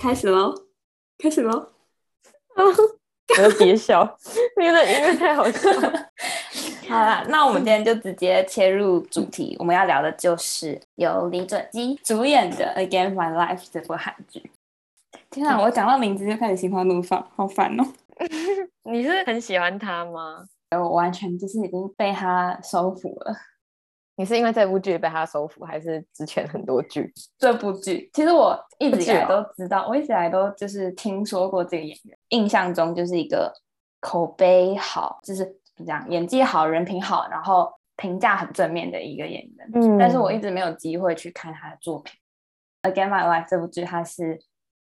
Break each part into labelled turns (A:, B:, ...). A: 开始喽，开始喽。
B: 我就憋笑，因为那音乐太好笑 了。
C: 好啦，那我们今天就直接切入主题，我们要聊的就是由李准基主演的《Again My Life》这部韩剧。天啊，我讲到名字就开始心花怒放，好烦哦！
B: 你是很喜欢他吗？
C: 我完全就是已经被他收服了。
B: 你是因为这部剧被他收服，还是之前很多剧？
C: 这部剧，其实我一直以来
B: 这部剧
C: 都知道，我一直以来都就是听说过这个演员，印象中就是一个口碑好，就是怎么讲，演技好，人品好，然后评价很正面的一个演员。
B: 嗯
C: 但是我一直没有机会去看他的作品。《Again My Life》这部剧，它是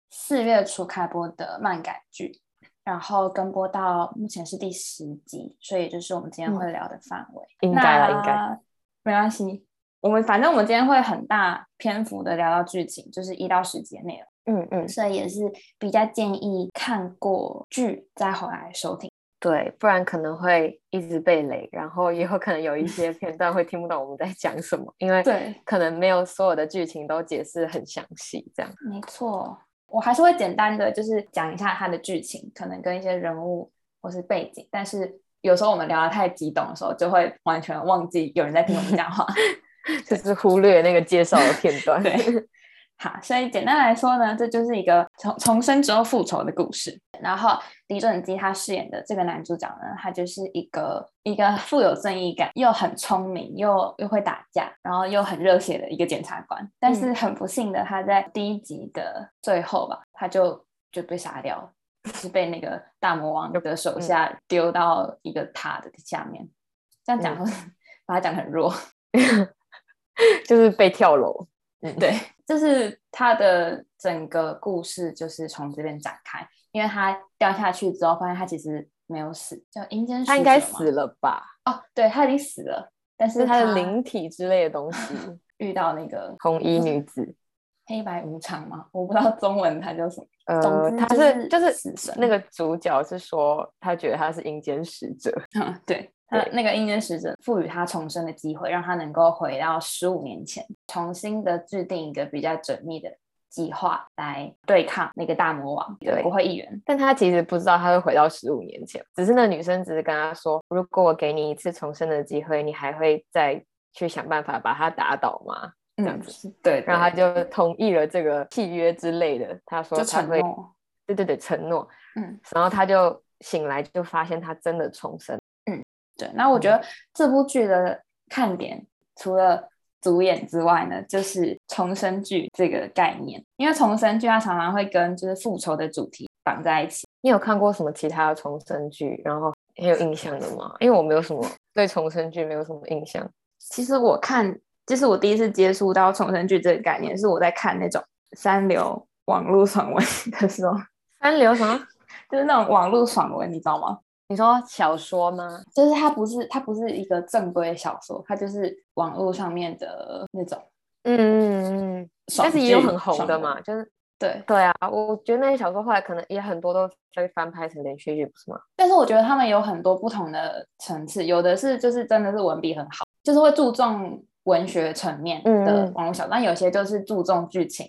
C: 四月初开播的漫改剧，然后跟播到目前是第十集，所以就是我们今天会聊的范围。
B: 应该啦
C: 那
B: 应该
C: 没关系。我们反正我们今天会很大篇幅的聊到剧情，就是一到十集的内容，
B: 嗯嗯，
C: 所以也是比较建议看过剧再回来收听。
B: 对，不然可能会一直被雷，然后也有可能有一些片段会听不懂我们在讲什么，因为
C: 对，
B: 可能没有所有的剧情都解释很详细，这样。
C: 没错，我还是会简单的就是讲一下它的剧情，可能跟一些人物或是背景，但是有时候我们聊得太激动的时候，就会完全忘记有人在听我们讲话。
B: 就是忽略那个介绍的片段。
C: 对，好，所以简单来说呢，这就是一个重重生之后复仇的故事。然后李准基他饰演的这个男主角呢，他就是一个一个富有正义感，又很聪明，又又会打架，然后又很热血的一个检察官。但是很不幸的，他在第一集的最后吧，他就就被杀掉了。就是被那个大魔王的手下丢到一个塔的下面，这样讲， 把他讲得很弱，
B: 就是被跳楼。嗯，
C: 对，就是他的整个故事就是从这边展开，因为他掉下去之后，发现他其实没有死，叫阴间
B: 他
C: 使
B: 应该
C: 者吗
B: 死了吧？
C: 哦，对他已经死了，但
B: 是
C: 是
B: 他的灵体之类的东 西。
C: 遇到那个
B: 红衣女子，
C: 黑白无常嘛，我不知道中文它叫什么，
B: 呃，
C: 总之
B: 他
C: 就是
B: 就是
C: 死神
B: 那个主角是说，他觉得他是阴间使者。
C: 嗯，对。他
B: 对
C: 那个阴间使者赋予他重生的机会，让他能够回到十五年前，重新的制定一个比较缜密的计划来对抗那个大魔王，
B: 对
C: 国会议员。
B: 但他其实不知道他会回到十五年前，只是那女生只是跟他说，如果我给你一次重生的机会，你还会再去想办法把他打倒吗？
C: 这
B: 样子
C: 子，嗯对，
B: 然后他
C: 对
B: 就同意了这个契约之类的。他说
C: 就
B: 他
C: 承
B: 会，
C: 诺，
B: 对对对，承诺。
C: 嗯，
B: 然后他就醒来，就发现他真的重生。
C: 对，那我觉
B: 嗯
C: 得这部剧的看点除了主演之外呢，就是重生剧这个概念，因为重生剧它常常会跟就是复仇的主题绑在一起。
B: 你有看过什么其他的重生剧，然后很有印象的吗？因为我没有什么对重生剧没有什么印象。
C: 其实我看，就是我第一次接触到重生剧这个概念，是我在看那种三流网络爽文的时候，
B: 三流什么？
C: 就是那种网络爽文，你知道吗？
B: 你说小说吗？
C: 就是它不是它不是一个正规的小说，它就是网络上面的那种
B: 嗯嗯嗯，
C: 爽
B: 但
C: 剧，
B: 是也有很红
C: 爽
B: 的
C: 文
B: 嘛，，就是
C: 对。
B: 对啊，我觉得那些小说后来可能也很多都被翻拍成连续剧，不是吗？
C: 但是我觉得他们有很多不同的层次，有的是就是真的是文笔很好，就是会注重文学层面的
B: 嗯嗯
C: 网络小说，但有些就是注重剧情。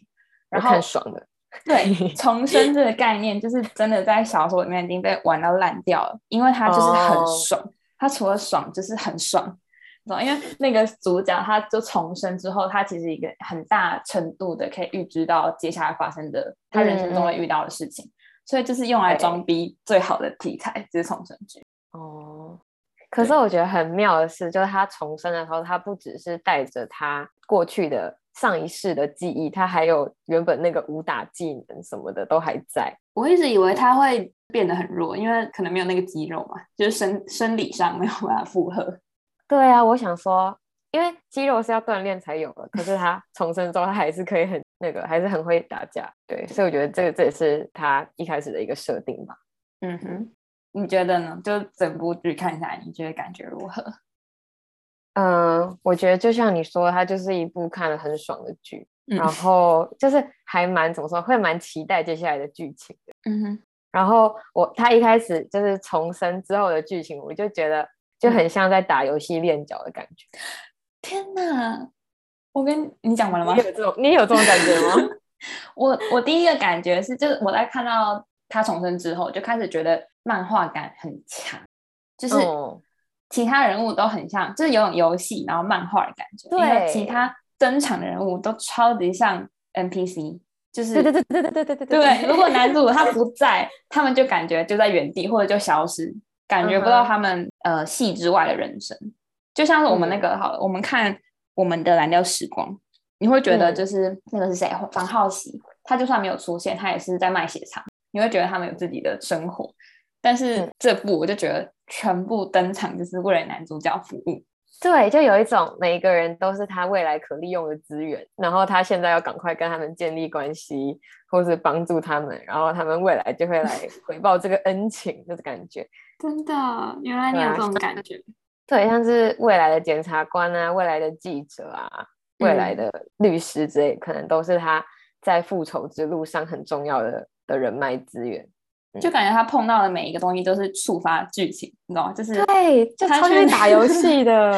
B: 我
C: 然后
B: 看爽的，
C: 对重生这个概念，就是真的在小说里面已经被玩到烂掉了，因为它就是很
B: 哦
C: 爽，它除了爽就是很爽。你知道因为那个主角他就重生之后，他其实一个很大程度的可以预知到接下来发生的他人生中会遇到的事情，所以就是用来
B: 对
C: 装逼最好的题材就是重生剧。
B: 哦。可是我觉得很妙的是，就是他重生的时候，他不只是带着他过去的上一世的记忆，他还有原本那个武打技能什么的都还在。
C: 我一直以为他会变得很弱，因为可能没有那个肌肉嘛，就是生生理上没有办法负荷。
B: 对啊，我想说，因为肌肉是要锻炼才有的，可是他重生之后，他还是可以很那个，还是很会打架。对，所以我觉得这个这也是他一开始的一个设定吧。
C: 嗯哼，你觉得呢？就整部剧看下来，你觉得感觉如何？
B: 嗯、我觉得就像你说，它就是一部看了很爽的剧，
C: 嗯
B: 然后就是还蛮怎么说，会蛮期待接下来的剧情。
C: 嗯哼，
B: 然后我他一开始就是重生之后的剧情，我就觉得就很像在打游戏练脚的感觉。
C: 天哪！我跟你你讲完了吗
B: 你？有这种你有这种感觉吗？
C: 我我第一个感觉是，就是我在看到他重生之后，就开始觉得漫画感很强，就是
B: 嗯
C: 其他人物都很像，就是有种游戏然后漫画的感觉。因为
B: 对
C: 其他登场人物都超级像 NPC，就是
B: 对对对对对对对对
C: 对， 如果男主他不在，他们就感觉就在原地或者就消失，感觉不到他们、呃戏之外的人生。就像是我们那个好了，我们看我们的蓝调时光，你会觉得
B: 嗯
C: 就是、那个是谁？房浩熙，他就算没有出现，他也是在卖血肠，你会觉得他们有自己的生活。但是
B: 嗯
C: 这部我就觉得全部登场就是为了男主角服务，
B: 对，就有一种每一个人都是他未来可利用的资源，然后他现在要赶快跟他们建立关系，或是帮助他们，然后他们未来就会来 回报这个恩情的感觉。
A: 真的，原来你
C: 啊
A: 有这种感觉。
B: 对，像是未来的检察官啊，未来的记者啊，未来
C: 嗯
B: 的律师之类，可能都是他在复仇之路上很重要的的人脉资源。
C: 就感觉他碰到的每一个东西都是触发剧情，你知道吗？就是
B: 对，就
C: 他
B: 超
C: 去
B: 去打游戏 的。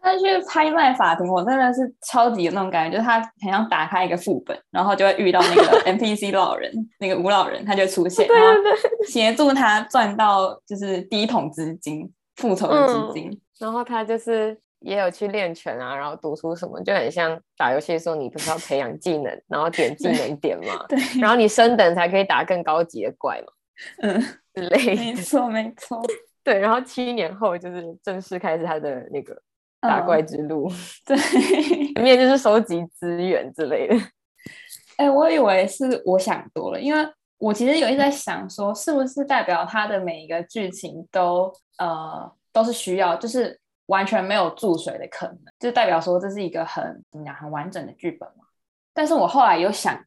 C: 他去拍卖法庭，我真的是超级有那种感觉，就是他很像打开一个副本，然后就会遇到那个 NPC 老人，那个吴老人，他就会出现，然后协助他赚到就是第一桶资金，复仇的资金。
B: 然后他就是也有去练拳啊，然后读书什么，就很像打游戏的时候，你不是要培养技能，然后点技
C: 对
B: 能点 嘛，
C: 对，
B: 然后你升等才可以打更高级的怪嘛
C: 嗯，
B: 之类
C: 没
B: 的。
C: 错没错，
B: 对，然后七年后就是正式开始他的那个打怪
C: 嗯、
B: 之路，
C: 对，
B: 里面就是收集资源之类的。
C: 哎、我以为是我想多了，因为我其实有一直在想说，是不是代表他的每一个剧情都呃都是需要，就是完全没有注水的可能，就代表说这是一个很怎么讲很完整的剧本嘛。但是我后来有想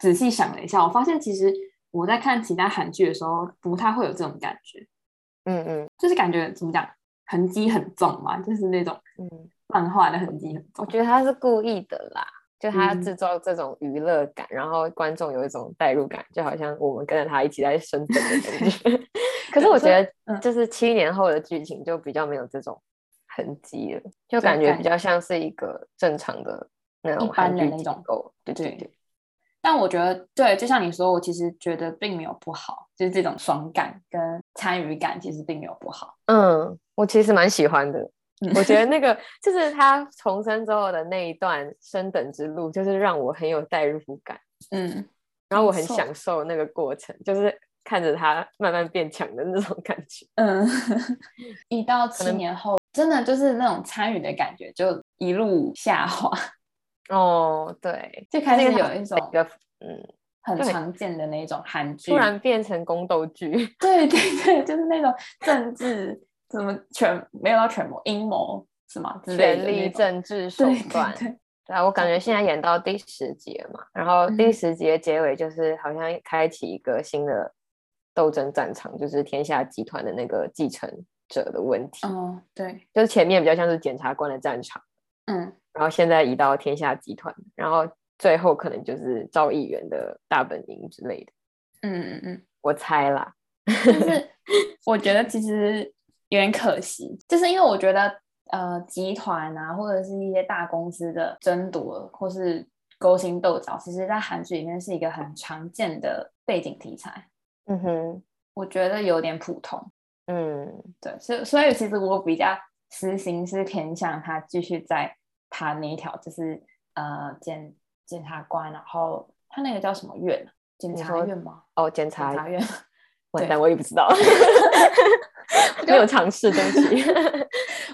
C: 仔细想了一下，我发现其实我在看其他韩剧的时候，不太会有这种感觉，
B: 嗯嗯
C: 就是感觉怎么讲痕迹很重嘛，就是那种
B: 嗯，
C: 漫画的痕迹很重
B: 我。觉得他是故意的啦。就他
C: 嗯
B: 制造这种娱乐感，然后观众有一种代入感，就好像我们跟着他一起在升等的感觉。 可是
C: 对
B: 我
C: 所
B: 觉
C: 以
B: 得，
C: 嗯
B: 就是七年后的剧情就比较没有这种痕迹了，就
C: 对
B: 感觉
C: 感
B: 比较像是一个正常的那种
C: 一般
B: 韩
C: 的
B: 剧
C: 那
B: 结
C: 种
B: 构。对对
C: 对
B: 对，
C: 但我觉得，对，就像你说，我其实觉得并没有不好，就是这种爽感跟参与感其实并没有不好。
B: 嗯，我其实蛮喜欢的。
C: 嗯
B: 我觉得那个就是他重生之后的那一段升等之路，就是让我很有代入感，
C: 嗯，
B: 然后
C: 没
B: 我很
C: 错
B: 享受那个过程，就是看着他慢慢变强的那种感觉。
C: 嗯， 一到七年后，真的就是那种参与的感觉，就一路下滑，
B: 哦，对，
C: 就开始
B: 那个
C: 有一种
B: 一个嗯，
C: 很
B: 对
C: 常见的那种韩剧，
B: 突然变成宫斗剧。
C: 对对对，就是那种政治什么权没有到权谋阴谋是吗？之类
B: 权
C: 的那
B: 力、
C: 种
B: 政治手
C: 对
B: 段。
C: 对对，
B: 对啊，我感觉现在演到第十集了嘛，然后第
C: 嗯
B: 十集的结尾就是好像开启一个新的斗争战场，就是天下集团的那个继承者的问题。
C: 哦对，
B: 就是前面比较像是检察官的战场，
C: 嗯
B: 然后现在移到天下集团，然后最后可能就是赵议员的大本营之类的，
C: 嗯嗯嗯。
B: 我猜啦。
C: 但 是我觉得其实有点可惜，就是因为我觉得呃，集团啊，或者是一些大公司的争夺或是勾心斗角，其实在韩剧里面是一个很常见的背景题材。
B: 嗯哼，
C: 我觉得有点普通，
B: 嗯，
C: 对，所以所以其实我比较私心是偏向他继续在他那一条，就是呃检检察官，然后他那个叫什么院啊？检
B: 你
C: 察
B: 说
C: 院吗？
B: 哦，检
C: 检察
B: 察
C: 院，
B: 完
C: 对
B: 蛋，我也不 知道，没有尝试，对不起。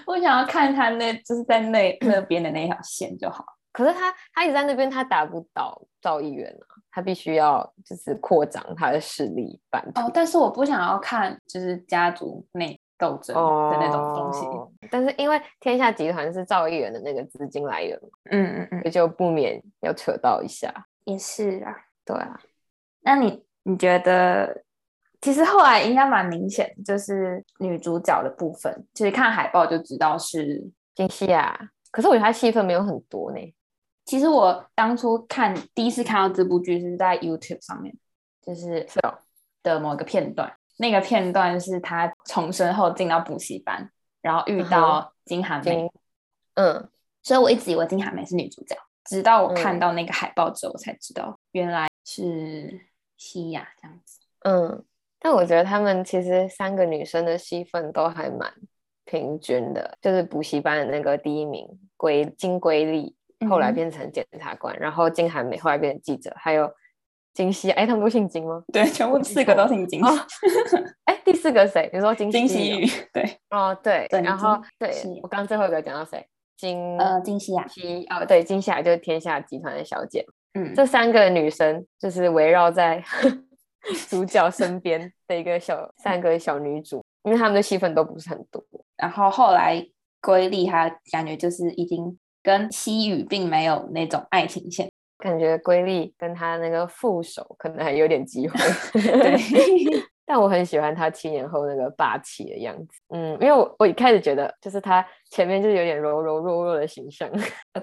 C: 我想要看他那就是在那那边的那一条线就好。
B: 可是他他一直在那边，他打不倒赵议员啊，他必须要就是扩张他的势力版
C: 哦，但是我不想要看就是家族内斗争的那种东西。
B: 哦但是因为天下集团是赵议员的那个资金来源嘛，
C: 嗯嗯嗯，
B: 所以就不免要扯到一下。
C: 也是啊。
B: 对啊，
C: 那你你觉得，其实后来应该蛮明显，就是女主角的部分，其实看海报就知道是。
B: 金熙啊，可是我觉得他戏份没有很多呢。
C: 其实我当初看第一次看到这部剧是在 YouTube 上面，就是
B: 是哦，
C: 的某一个片段，那个片段是她重生后进到补习班，然后遇
B: 嗯哼
C: 到金韩妹。
B: 金，嗯，
C: 所以我一直以为金海梅是女主角，直到
B: 嗯
C: 我看到那个海报之后，我才知道原来是西亚这样子。
B: 嗯，但我觉得他们其实三个女生的戏份都还蛮平均的，就是补习班的那个第一名归金龟丽，后来
C: 嗯
B: 变成检察官，然后金海美后来变成记者，还有金熙，哎，他们都姓金吗？
C: 对，全部四个都挺惊喜
B: 哦哎，第四个谁？你说金
C: 惊
B: 熙
C: 喜
B: 哦
C: 语，对，
B: 哦，对，
C: 对
B: 然后
C: 金
B: 对
C: 熙
B: 我刚最后一个讲到谁？金
C: 呃，惊喜亚，
B: 熙哦，对，金夏就是天下集团的小姐。
C: 嗯，
B: 这三个女生就是围绕在 主角身边的一个小三个小女主，因为她们的戏份都不是很多。
C: 然后后来瑰丽她感觉就是已经跟西语并没有那种爱情线，，
B: 感觉瑰丽跟她那个副手可能还有点机会
C: 对，
B: 但我很喜欢她七年后那个霸气的样子，嗯，因为我我一开始觉得就是她前面就是有点柔柔弱弱的形象，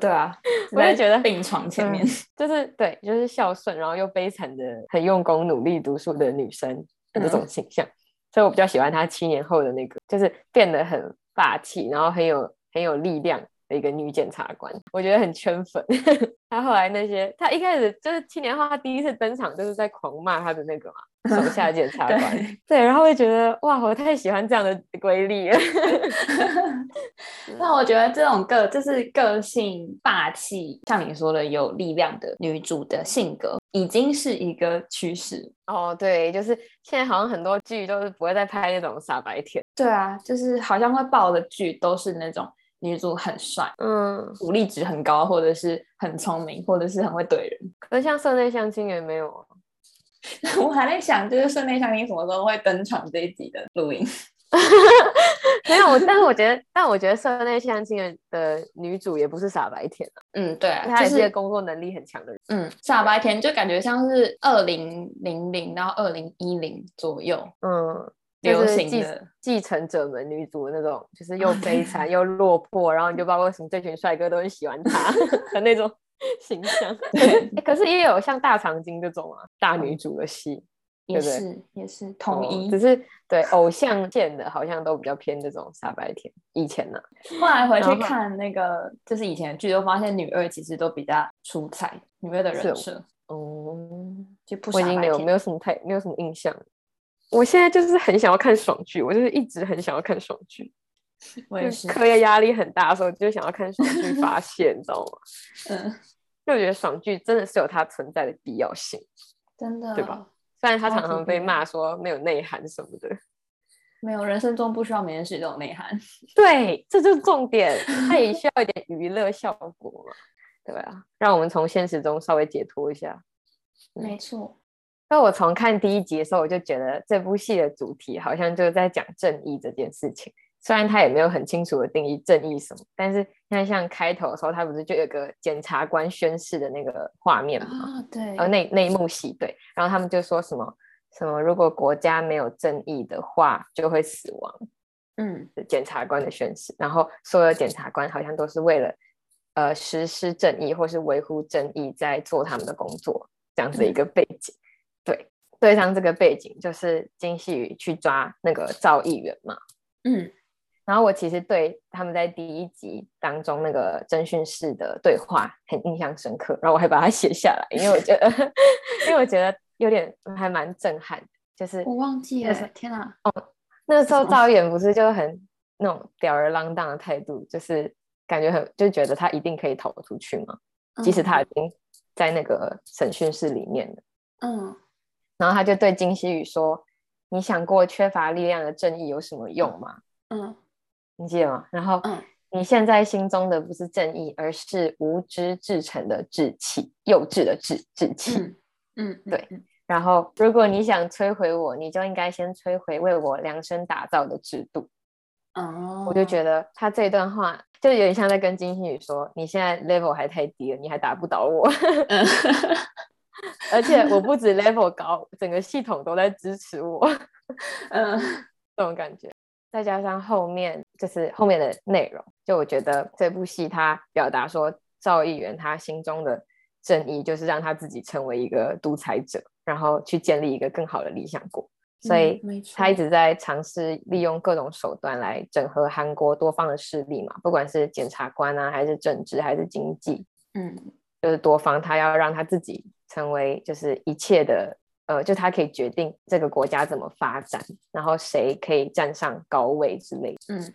C: 对 啊，
B: 呃我也觉得嗯
C: 病床前面，
B: 就是对，就是孝顺，然后又悲惨的很用功努力读书的女生的这种形象，所以我比较喜欢她七年后的那个，就是变得很霸气，然后很有很有力量的一个女检察官，我觉得很圈粉。 她后来那些，她一开始就是七年后，她第一次登场就是在狂骂她的那个嘛手下检察官，
C: 对，
B: 对，然后会觉得哇，我太喜欢这样的瑰丽了，
C: 那我觉得这种个就是个性霸气，像你说的有力量的女主的性格，已经是一个趋势。
B: 哦，对，就是现在好像很多剧都是不会再拍那种傻白甜，
C: 对啊，就是好像会爆的剧都是那种女主很帅，
B: 嗯。
C: 武力值很高，或者是很聪明，或者是很会怼人。
B: 可是像社内相亲也没有啊，
C: 我还在想，就是顺便想你什么时候会登场这一集的录音？
B: 没有。我但是我觉得，但我觉得社内相亲的的女主也不是傻白甜、啊，
C: 嗯，对啊，
B: 她
C: 就
B: 也是
C: 是
B: 个工作能力很强的人。
C: 嗯，傻白甜就感觉像是二零零零到二零一零左右
B: 嗯，就
C: 流
B: 是
C: 行
B: 继
C: 的。
B: 继承者们女主的那种，就是又
C: 哦对
B: 悲惨又落魄，然后你就不知道为什么这群帅哥都很喜欢 她的那种形象。
C: 对
B: 欸可是也有像大长今这种啊，大女主的戏，
C: 也
B: 对不对
C: 是也是
B: 哦
C: 嗯统一
B: 只。是对偶像线的，好像都比较偏这种傻白甜。以前啊呢、
C: 后来回去
B: 然后
C: 看那个，就是以前的剧，都发现女二其实都比较出彩，女二的人设
B: 哦、
C: 就不傻
B: 我已经没
C: 白
B: 有
C: 甜
B: 没。有什么太没有什么印象了。我现在就是很想要看爽剧，我就是一直很想要看爽剧。
C: 我
B: 就
C: 也是
B: 是，课业压力很大的时候，就想要看爽剧 发泄，你知道吗？
C: 嗯，
B: 就我觉得爽剧真的是有它存在的必要性，
C: 真的
B: 对吧？虽然它
C: 超
B: 常
C: 级
B: 常
C: 必
B: 被
C: 要
B: 骂说没有内涵什么的。
C: 没有人生中不需要每件事都有内涵。
B: 对，这就是重点， 它也需要一点娱乐效果嘛，对啊，让我们从现实中稍微解脱一下。嗯
C: 没错，
B: 那我从看第一集的时候，我就觉得这部戏的主题好像就是在讲正义这件事情。虽然他也没有很清楚的定义正义什么，但是你看像开头的时候，他不是就有个检察官宣誓的那个画面吗？
C: 啊，对，
B: 呃，那那一幕戏对，然后他们就说什么什么，如果国家没有正义的话，就会死亡。
C: 嗯，
B: 检察官的宣誓，然后所有检察官好像都是为了呃实施正义或是维护正义在做他们的工作，这样子的一个背景。对，对上这个背景就是金细宇去抓那个赵议员嘛。
C: 嗯，
B: 然后我其实对他们在第一集当中那个侦讯室的对话很印象深刻，然后我还把它写下来，因为我觉得， 因为我觉得有点还蛮震撼的，就是
C: 我忘记
B: 那时
C: 了，天哪，
B: 那时候
C: 么
B: 赵一远不是就很那种吊儿郎当的态度，就是感觉很就觉得他一定可以逃出去嘛，即使他已经在那个审讯室里面了。
C: 嗯，嗯，
B: 然后他就对金希宇说：“你想过缺乏力量的正义有什么用吗？
C: 嗯，
B: 你记得吗？”然后
C: 嗯，
B: 你现在心中的不是正义，而是无知制成的志气，幼稚的志志气。
C: 嗯，嗯，
B: 对
C: 嗯，
B: 然后，如果你想摧毁我，你就应该先摧毁为我量身打造的制度。
C: 哦，
B: 我就觉得他这段话就有点像在跟金星宇说：“你现在 level 还太低了，你还打不倒我。
C: 嗯
B: 而且我不止 level 高，整个系统都在支持我，
C: 嗯，
B: 这种感觉。再加上后面就是后面的内容，就我觉得这部戏它表达说赵议员他心中的正义就是让他自己成为一个独裁者，然后去建立一个更好的理想国。所以
C: 嗯没错，
B: 他一直在尝试利用各种手段来整合韩国多方的势力嘛，不管是检察官啊，还是政治，还是经济，
C: 嗯，
B: 就是多方他要让他自己成为就是一切的，呃，就他可以决定这个国家怎么发展，然后谁可以站上高位之类的。
C: 嗯，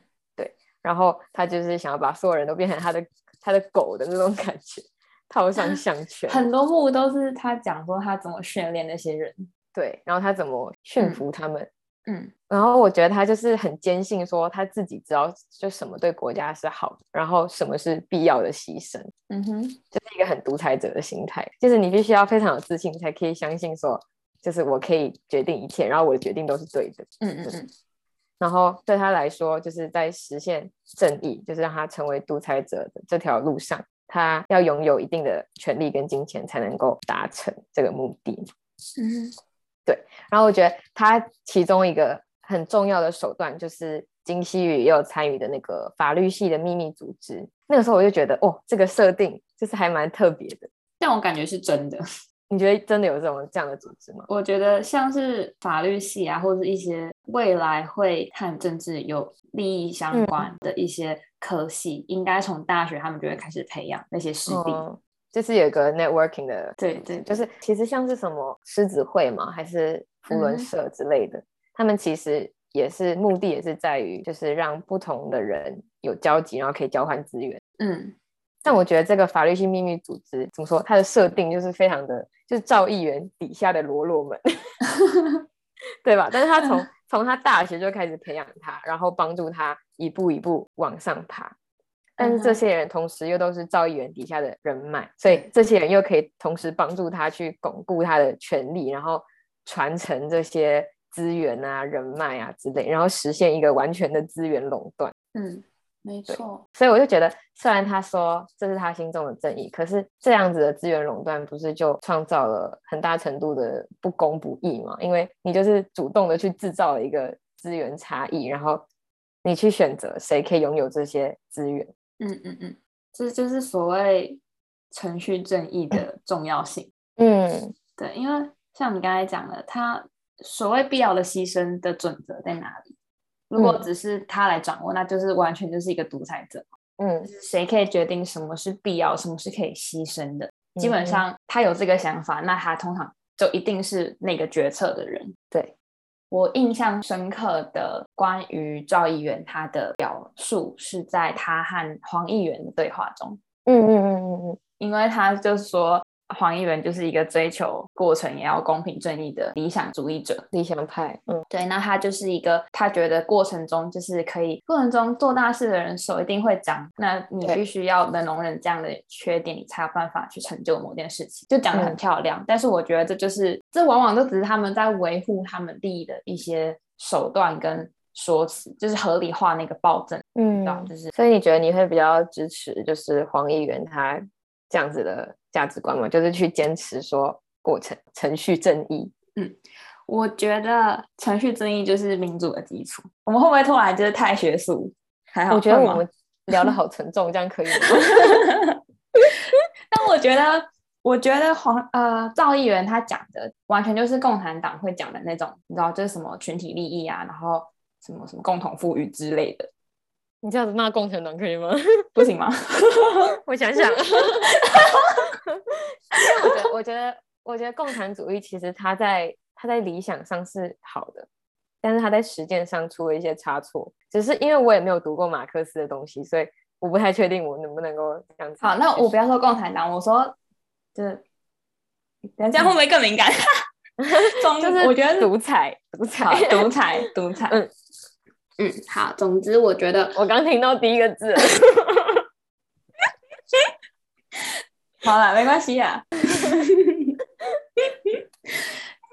B: 然后他就是想要把所有人都变成他的他的狗的那种感觉，套上项圈。
C: 很多幕都是他讲说他怎么训练那些人。
B: 对，然后他怎么驯
C: 嗯
B: 服他们？
C: 嗯
B: 然后我觉得他就是很坚信说他自己知道就什么对国家是好的，然后什么是必要的牺牲，
C: 嗯哼，
B: 就是一个很独裁者的心态。就是你必须要非常有自信，才可以相信说，就是我可以决定一切，然后我的决定都是对的。
C: 嗯嗯嗯
B: 然后对他来说，就是在实现正义，就是让他成为独裁者的这条路上，他要拥有一定的权利跟金钱，才能够达成这个目的。
C: 嗯
B: 然后我觉得他其中一个很重要的手段就是金希宇也有参与的那个法律系的秘密组织。那个时候我就觉得，哦，这个设定就是还蛮特别的。
C: 但我感觉是真的。
B: 你觉得真的有这种这样的组织吗？
C: 我觉得像是法律系啊，或者一些未来会和政治有利益相
B: 嗯
C: 关的一些科系，应该从大学他们就会开始培养那些师弟。
B: 嗯，就是有一个 networking 的，
C: 对对对
B: 就是其实像是什么狮子会嘛，还是福
C: 嗯
B: 伦
C: 哼
B: 社之类的，他们其实也是目的也是在于，就是让不同的人有交集，然后可以交换资源。
C: 嗯
B: 但我觉得这个法律性秘密组织怎么说？它的设定就是非常的，就是赵议员底下的罗 罗们， 对吧？但是他从从他大学就开始培养他，然后帮助他一步一步往上爬。但是这
C: 嗯哼
B: 些人同时又都是赵议员底下的人脉，所以
C: 对
B: 这些人又可以同时帮助他去巩固他的权利，然后传承这些资源啊、人脉啊之类，然后实现一个完全的资源垄断。
C: 嗯，没
B: 对
C: 错。
B: 所以我就觉得，虽然他说这是他心中的正义，可是这样子的资源垄断不是就创造了很大程度的不公不义嘛？因为你就是主动的去制造了一个资源差异，然后你去选择谁可以拥有这些资源。
C: 嗯嗯嗯，这就是所谓程序正义的重要性。
B: 嗯，
C: 对，因为像你刚才讲的，他所谓必要的牺牲的准则在哪里？如果
B: 嗯
C: 只是他来掌握，那就是完全就是一个独裁者，
B: 嗯
C: 就，是谁可以决定什么是必要，什么是可以牺牲的。
B: 嗯
C: 基本上他有这个想法，那他通常就一定是那个决策的人。
B: 对
C: 我印象深刻的关于赵议员他的表述是在他和黄议员的对话中，
B: 嗯，嗯嗯嗯嗯
C: 因为他就说黄议员就是一个追求过程也要公平正义的理想主义者。
B: 理想派，嗯
C: 对，那他就是一个他觉得过程中就是可以过程中做大事的人手一定会长，那你
B: 对
C: 必须要能容忍这样的缺点，你才有办法去成就某件事情。就讲的很
B: 嗯
C: 漂亮，但是我觉得这就是这往往都只是他们在维护他们利益的一些手段跟说辞，就是合理化那个暴政。
B: 嗯，就是。所以你觉得你会比较支持就是黄议员他这样子的价值观吗？就是去坚持说过程程序正义。
C: 我觉得程序正义就是民主的基础。我们会不会突然就是太学术？还好，
B: 我觉得
C: 会
B: 我
C: 吗
B: 们 聊的好沉重，这样可以吗？
C: 但我觉得，我觉得黄呃赵议员他讲的完全就是共产党会讲的那种，你知道，就是什么群体利益啊，然后什么什么共同富裕之类的，
B: 你这样子骂共产党可以吗？
C: 不行吗？
B: 我想 想，因为我觉得，我觉得，我觉得共产主义其实它在它在理想上是好的，但是它在实践上出了一些差错。只是因为我也没有读过马克思的东西，所以我不太确定我能不能够这样子。
C: 好，那我不要说共产党，我说就是，等一下这样会不会更敏感？ 总
B: 就是
C: 我觉得
B: 独裁，独裁
C: 好。独裁，独 裁。
B: 嗯
C: 嗯，好，总之我觉得
B: 我刚听到第一个字了，
C: 好了，没关系啊。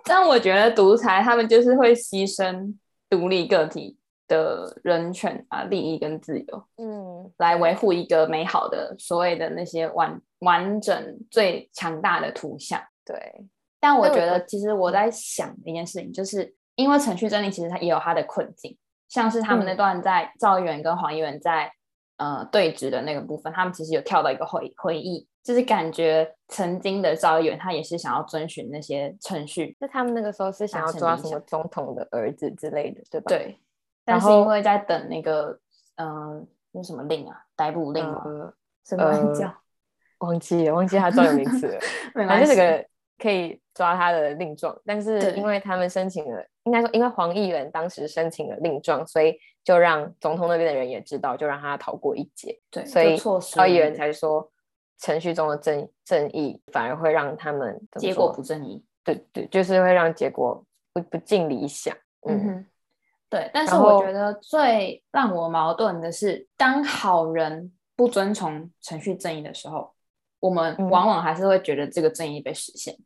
C: 但我觉得独裁他们就是会牺牲独立个体的人权啊、利益跟自由，
B: 嗯
C: 来维护一个美好的所谓的那些完完整最强大的图像。
B: 对，
C: 但我
B: 那我
C: 觉
B: 觉
C: 得，其实我在想一件事情，就是因为程序正义其实它也有它的困境，像是他们那
B: 嗯
C: 段在赵议员跟黄议员在呃对峙的那个部分，他们其实有跳到一个回回忆，就是感觉曾经的赵议员他也是想要遵循那些程序，
B: 那他们那个时候是想
C: 达
B: 要
C: 成
B: 抓
C: 理
B: 什
C: 想
B: 么总统的儿子之类的，对吧？
C: 对，
B: 然
C: 但是因
B: 后
C: 为在等那个嗯、呃、那什么令啊，逮捕令嘛，
B: 呃，
C: 什
B: 呃
C: 么叫？
B: 忘记了，忘记他专有名词了。
C: 没
B: 反
C: 关
B: 正
C: 系
B: 这，个可以抓他的令状，但是
C: 对
B: 因为他们申请了，应该说因为黄议员当时申请了令状，所以就让总统那边的人也知道，就让他逃过一劫，
C: 对，
B: 所以
C: 就错失
B: 高议员
C: 了
B: 才说程序中的正正义反而会让他们怎么
C: 结果
B: 说
C: 不正义。
B: 对对，就是会让结果不不尽理想。
C: 嗯
B: 嗯，
C: 哼，对。但是
B: 然
C: 我
B: 后
C: 觉得最让我矛盾的是，当好人不遵从程序正义的时候，我们
B: 嗯
C: 往往还是会觉得这个正义被实现，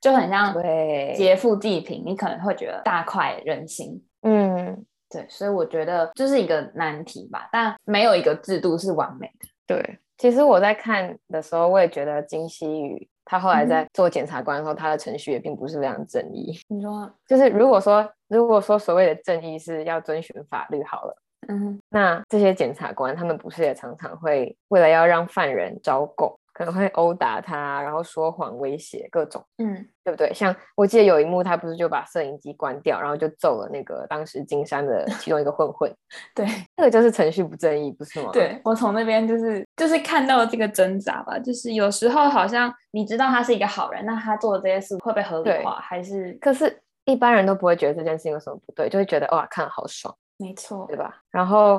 C: 就很像
B: 对，
C: 劫富济贫，你可能会觉得大快人心。
B: 嗯，
C: 对，所以我觉得这是一个难题吧，但没有一个制度是完美的。
B: 对。其实我在看的时候，我也觉得金希宇他后来
C: 嗯
B: 在做检察官的时候，他的程序也并不是非常正义。
C: 你说，
B: 就是如果说如果说所谓的正义是要遵循法律好了，
C: 嗯，
B: 那这些检察官他们不是也常常会为了要让犯人招供，可能会殴打他，然后说谎、威胁各种，
C: 嗯，
B: 对不对？像我记得有一幕，他不是就把摄影机关掉，然后就揍了那个当时金山的其中一个混混，
C: 对，
B: 那个就是程序不正义，不是吗？，
C: 对我从那边就是就是看到了这个挣扎吧，就是有时候好像你知道他是一个好人，那他做的这些事会被合理
B: 对
C: 化，还是
B: 可是。一般人都不会觉得这件事情有什么不对，就会觉得哇，看好爽，
C: 没错
B: 对。吧？然后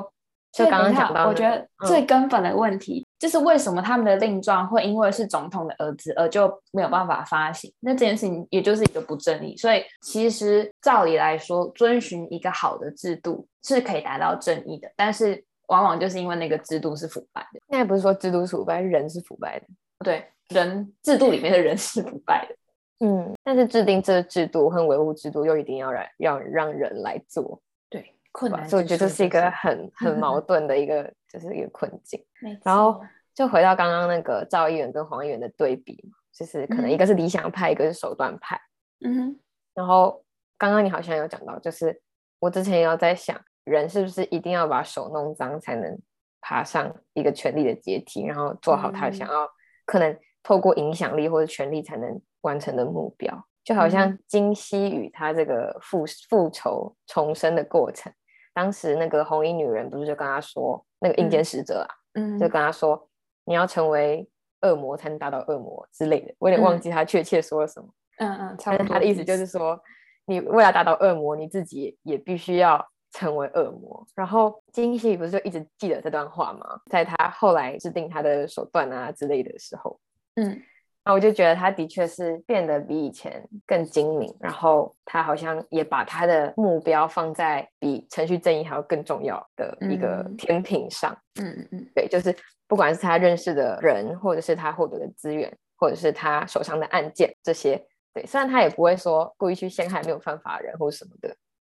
B: 就
C: 所以等
B: 刚刚
C: 一下
B: 讲到那嗯个，
C: 我觉得最根本的问题、就是为什么他们的令状会因为是总统的儿子而就没有办法发行？那这件事情也就是一个不正义。所以其实照理来说，遵循一个好的制度是可以达到正义的，但是往往就是因为那个制度是腐败的。
B: 现在不是说制度是腐败，人是腐败的。
C: 对，人制度里面的人是腐败的。
B: 嗯，但是制定这个制度和维护制度又一定要来让让人来做，
C: 对，困
B: 对吧
C: 难之处就是。
B: 所以我觉得这是一个很
C: 嗯
B: 很矛盾的一个，就是一个困境。
C: 没错，
B: 然后就回到刚刚那个赵议员跟黄议员的对比嘛，就是可能一个是理想派，一个是手段派。
C: 嗯
B: 然后刚刚你好像有讲到，就是我之前也有在想，人是不是一定要把手弄脏才能爬上一个权力的阶梯，然后做好他
C: 嗯
B: 想要、可能透过影响力或者权力才能完成的目标。就好
C: 嗯
B: 像金希宇他这个复复仇重生的过程，当时那个红衣女人不是就跟他说，那个
C: 嗯
B: 阴间使者啊，
C: 哼，
B: 就跟他说你要成为恶魔才能达到恶魔之类的，我有点忘
C: 嗯
B: 记他确切说了什么。
C: 嗯嗯，差
B: 但
C: 不
B: 是
C: 多。
B: 他的意思就是，说，你为了打倒恶魔，你自己也必须要成为恶魔。然后金希宇不是就一直记得这段话吗？在他后来制定他的手段啊之类的时候，
C: 嗯，
B: 那我就觉得他的确是变得比以前更精明，然后他好像也把他的目标放在比程序正义还要更重要的一个
C: 嗯
B: 天平上。
C: 嗯嗯嗯，
B: 对，就是不管是他认识的人，或者是他获得的资源，或者是他手上的案件这些，对，虽然他也不会说故意去陷害没有犯法的人或什么的，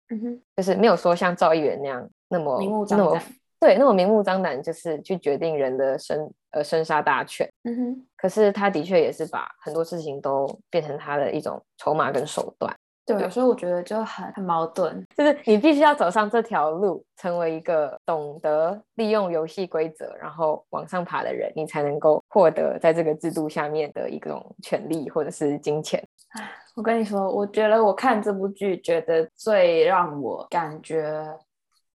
C: 嗯哼，
B: 就是没有说像赵议员那样那么
C: 明目张
B: 那么
C: 胆，
B: 对那么明目张胆，就是去决定人的生呃生杀大权。
C: 嗯哼，
B: 可是他的确也是把很多事情都变成他的一种筹码跟手段，
C: 对，
B: 对
C: 所以我觉得就很很矛盾。
B: 就是你必须要走上这条路，成为一个懂得利用游戏规则，然后往上爬的人，你才能够获得在这个制度下面的一种权利或者是金钱。
C: 我跟你说，我觉得我看这部剧，觉得最让我感觉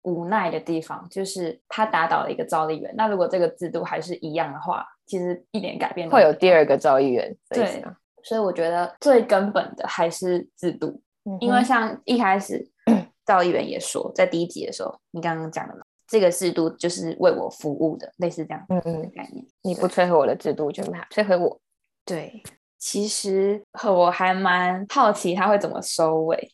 C: 无奈的地方，就是他打倒了一个赵丽媛。那如果这个制度还是一样的话，其实一点改变都
B: 会有
C: 没
B: 第二个交易员，这意思
C: 对
B: 吗
C: 所以我觉得最根本的还是制度。因为
B: 嗯哼
C: 像一开 始赵议员也说，在第一集的时候，你刚刚讲的嘛，这个制度就是为我服务的，类似这样
B: 嗯
C: 的
B: 嗯，
C: 概念。
B: 你不摧毁我的制度，就没法摧毁我。
C: 对，其实和我还蛮好奇他会怎么收尾。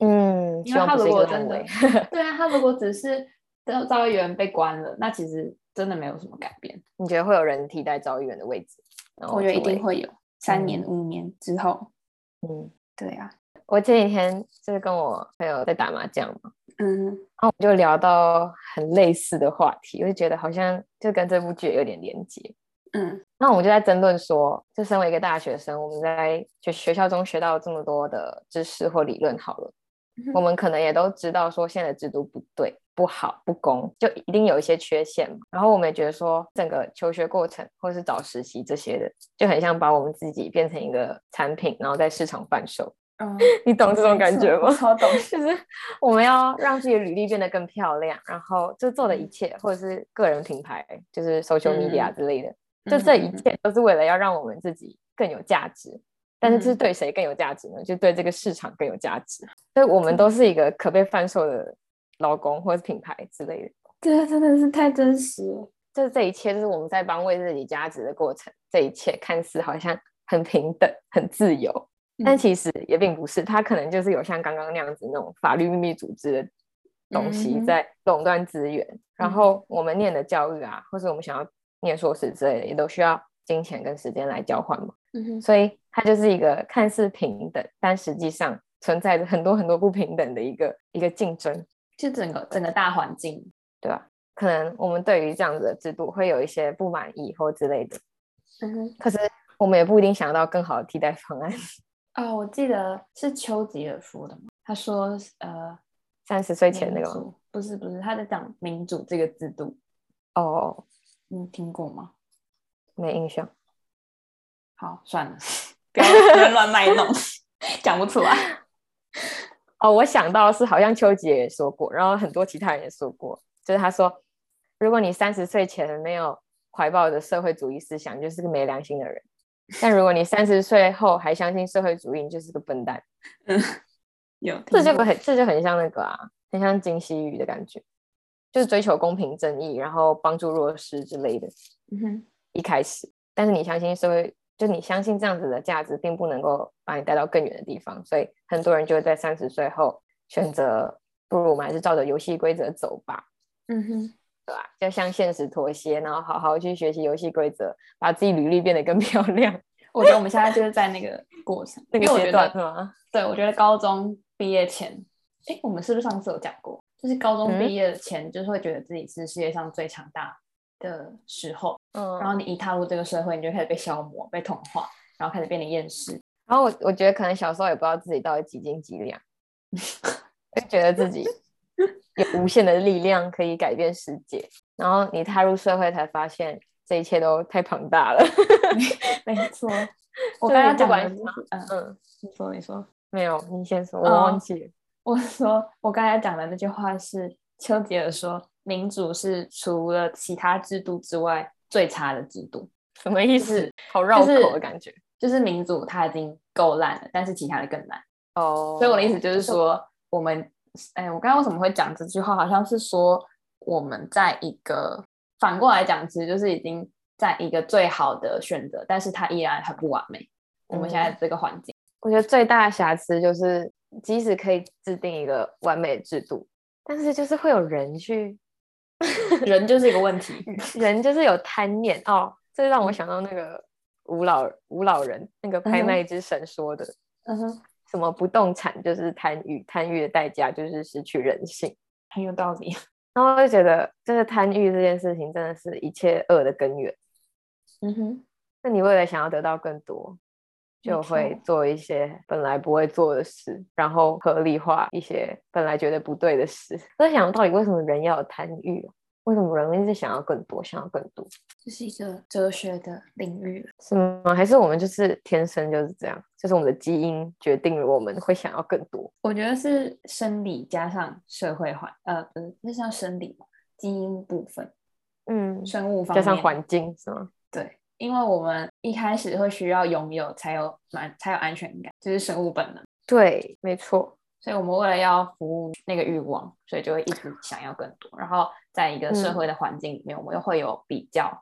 B: 嗯，
C: 因
B: 希
C: 为
B: 望
C: 他
B: 不
C: 如
B: 是一
C: 果
B: 个
C: 真
B: 安
C: 的
B: 慰。，
C: 对啊，他如果只是赵赵议员被关了，那其实真的没有什么改变。
B: 你觉得会有人替代交易员的位置？然后
C: 我觉得一
B: 成为
C: 定。会有，三年、
B: 嗯
C: 五年之后。
B: 嗯，
C: 对啊，
B: 我前几天就是跟我朋友在打麻将嘛。
C: 嗯，
B: 然后我们就聊到很类似的话题，我就觉得好像就跟这部剧也有点连接。
C: 嗯，
B: 那我们就在争论说，就身为一个大学生，我们在就学校中学到这么多的知识或理论，好了，我们可能也都知道说现在的制度不对、不好、不公，就一定有一些缺陷嘛。然后我们也觉得说，整个求学过程或是找实习这些的，就很像把我们自己变成一个产品，然后在市场贩售。
C: 嗯，
B: 你懂这种感觉吗
C: 我？超懂。
B: 就是我们要让自己的履历变得更漂亮，然后就做的一切，或者是个人品牌，就是 social
C: 嗯
B: media 之类的， 就这
C: 嗯
B: 一
C: 嗯嗯
B: 切都是为了要让我们自己更有价值。但是
C: 嗯
B: 这是对谁更有价值呢？就对这个市场更有价值。所以我
C: 嗯
B: 们都是一个可被贩售的劳工或是品牌之啊类的。
A: 这个真的是太真实了。
B: 就是这一切，就是我们在帮为自己加值的过程。这一切看似好像很平等、很自由，但
C: 嗯
B: 其实也并不是。它可能就是有像刚刚那样子那种法律秘密组织的东
C: 嗯
B: 西
C: 哼
B: 在垄断资源。然
C: 嗯
B: 后我们念的教育啊，或是我们想要念硕士之类的，也都需要金钱跟时间来交换嘛。
A: 嗯哼，
B: 所以它就是一个看似平等，但实际上存在着很多很多不平等的一个一个竞争。
C: 就整个整个大环境，
B: 对吧？可能我们对于这样子的制度会有一些不满意或之类的，
A: 嗯哼，
B: 可是我们也不一定想到更好的替代方案。
C: 哦，我记得是丘吉尔说的嘛，他说呃，
B: 三十岁前那
C: 民
B: 个吗
C: 主不是不是，他在讲民主这个制度，
B: 哦，
C: 你听过吗？
B: 没印象。
C: 好，算了， 不要不要乱卖弄， 讲不出来。
B: 哦，我想到是好像丘吉尔也说过，然后很多其他人也说过，就是他说，如果你三十岁前没有怀抱着社会主义思想，你就是个没良心的人；但如果你三十岁后还相信社会主义，你就是个笨蛋。
C: 有，
B: 这
C: 听
B: 就
C: 过
B: 很这就很像那个啊，很像金希宇的感觉，就是追求公平正义，然后帮助弱势之类的。
C: 嗯哼
B: 一开始，但是你相信社会，就你相信这样子的价值，并不能够把你带到更远的地方，所以很多人就会在三十岁后选择，不如我们还是照着游戏规则走吧，
C: 嗯哼，
B: 对吧？就向现实妥协，然后好好去学习游戏规则，把自己履历变得更 漂亮，
C: 我觉得我们现在就是在那个过程，
B: 那个
C: 因为我
B: 阶
C: 觉
B: 段
C: 得
B: 是吗？
C: 对，我觉得高中毕业前，哎，我们是不是上次有讲过？就是高中
B: 嗯
C: 毕业前，就是会觉得自己是世界上最强大的时候，
B: 嗯，
C: 然后你一踏入这个社会，你就开始被消磨、被同化，然后开始变得厌 世。
B: 然后我我觉得可能小时候也不知道自己到底几斤几两， 就觉得自己有无限的力量可以改变世界。然后你踏入社会才发现这一切都太庞大了。
C: 没错，我
B: 就
C: 刚刚
B: 是不
C: 讲
B: 管
C: 的
B: 是
C: 就
B: 哪
C: 是，嗯，
B: 嗯，
C: 你说，你说。
B: 没有，你先说，我
C: 哦
B: 忘记了。
C: 我说我刚才讲的那句话是丘吉尔说，民主是除了其他制度之外最差的制度，
B: 什么意
C: 就是
B: 思？好绕
C: 就是
B: 口的感觉。
C: 就是民主它已经够烂了，但是其他的更烂。
B: 哦，
C: 所以我的意思就是说，我们，哎，我刚刚为什么会讲这句话？好像是说我们在一个反过来讲，其实就是已经在一个最好的选择，但是它依然很不完美。我们现在这个环境，
B: 我觉得最大的瑕疵就是，即使可以制定一个完美的制度，但是就是会有人去，
C: 人就是一个问题。
B: 人就是有贪念哦。这让我想到那个吴老吴老人那个
C: 嗯
B: 拍
C: 哼
B: 卖之神说的，
C: 嗯哼，
B: 什么不动产就是贪欲，贪欲的代价就是失去人性。
C: 很有道理。
B: 然后我就觉得，就是贪欲这件事情真的是一切恶的根源。
C: 嗯哼，
B: 那你为了想要得到更多，
C: 没
B: 就会
C: 错
B: 做一些本来不会做的事，然后合理化一些本来觉得不对的事。我在想，到底为什么人要有贪欲啊？为什么人一直想要更多，想要更多？
C: 这是一个哲学的领域了。
B: 是吗？还是我们就是天生就是这样？就是我们的基因决定了我们会想要更多。
C: 我觉得是生理加上社会环，呃，不是，那像生理嘛，基因部分，
B: 嗯，
C: 生物方
B: 加
C: 面
B: 上环境是吗？
C: 对，因为我们一开始会需要拥有才有满才有安全感，这、是生物本能，
B: 对，没错。
C: 所以我们为了要服务那个欲望，所以就会一直想要更多。然后在一个社
B: 嗯
C: 会的环境里面，我们又会有比较，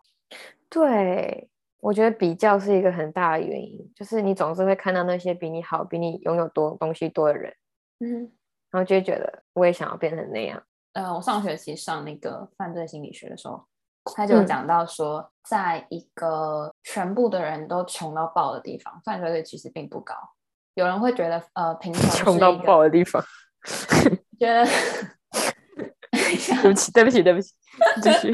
B: 对，我觉得比较是一个很大的原因，就是你总是会看到那些比你好、比你拥有多东西多的人，
C: 嗯，
B: 然后就会觉得我也想要变成那样。
C: 呃，我上学期上那个犯罪心理学的时候，他就有
B: 嗯
C: 讲到说，在一个全部的人都穷到爆的地方，犯罪率其实并不高。有人会觉得，呃，贫穷是一个，
B: 的地方。
C: 觉得
B: 对不起，对不起，对不起，继续。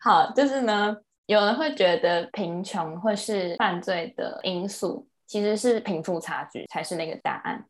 C: 好，就是呢，有人会觉得贫穷会是犯罪的因素，其实是贫富差距才是那个答案。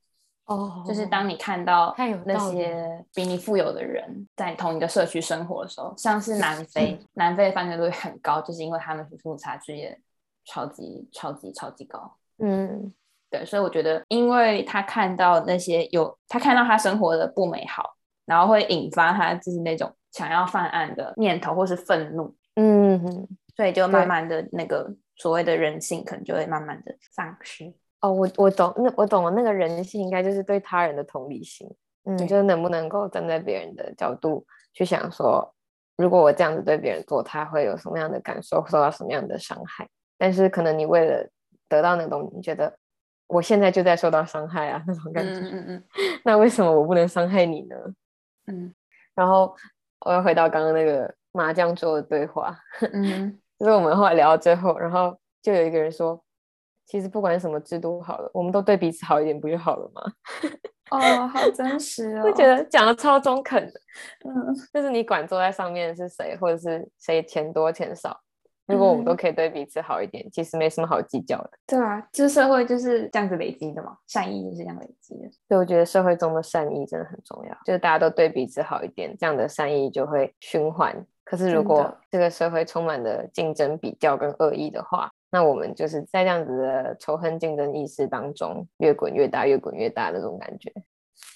B: 哦
C: 就是当你看到
B: 太有
C: 那
B: 道理
C: 些比你富有的人在同一个社区生活的时候，像是 南非，南非的犯罪率很高，就是因为他们贫富差距也超级超级超级高。
B: 嗯，
C: 对，所以我觉得，因为他看到那些有他看到他生活的不美好，然后会引发他就是那种想要犯案的念头或是愤怒，
B: 嗯哼，
C: 所以就慢慢的那个所谓的人性可能就会慢慢的丧失。
B: 哦，我我懂，那我懂了，那个人性应该就是对他人的同理心，嗯，
C: 对
B: 就是能不能够站在别人的角度去想说，如果我这样子对别人做，他会有什么样的感受，受到什么样的伤害？但是可能你为了得到那个东西，你觉得我现在就在受到伤害啊，那种感觉，
C: 嗯嗯
B: 那为什么我不能伤害你呢？
C: 嗯
B: 然后我又回到刚刚那个麻将桌的对话，
C: 嗯
B: 就是我们后来聊到最后，然后就有一个人说，其实不管什么制度好了，我们都对彼此好一点不就好了吗？
A: 哦，好真实哦。
B: 就觉得讲的超中肯的，
A: 嗯，
B: 就是你管坐在上面是谁，或者是谁钱多钱少，如果我们都
A: 嗯
B: 可以对彼此好一点，其实没什么好计较的。
C: 对啊，这社会就是这样子累积的嘛，善意就是这样累积的。
B: 所以我觉得社会中的善意真的很重要，就是大家都对彼此好一点，这样的善意就会循环。可是如
C: 真的
B: 果这个社会充满了竞争、比较跟恶意的话，那我们就是在这样子的仇恨、竞争意识当中越滚越大、越滚越大那种感觉。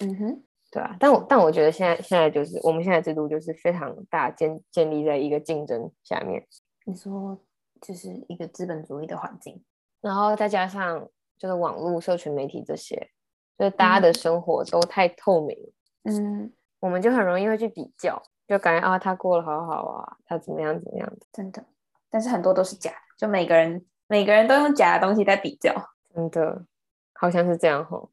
C: 嗯哼，
B: 对啊，但我但我觉得现在现在就是我们现在制度就是非常大建建立在一个竞争下面，
C: 你说就是一个资本主义的环境。
B: 然后再加上就是网络社群媒体这些，就是大家的生活都太透明了，
C: 嗯，
B: 我们就很容易会去比较，就感觉啊他过得好好啊，他怎么样怎么样的，
C: 真的，但是很多都是假的，就每个人每个人都用假的东西在比较。
B: 真的好像是这样吼。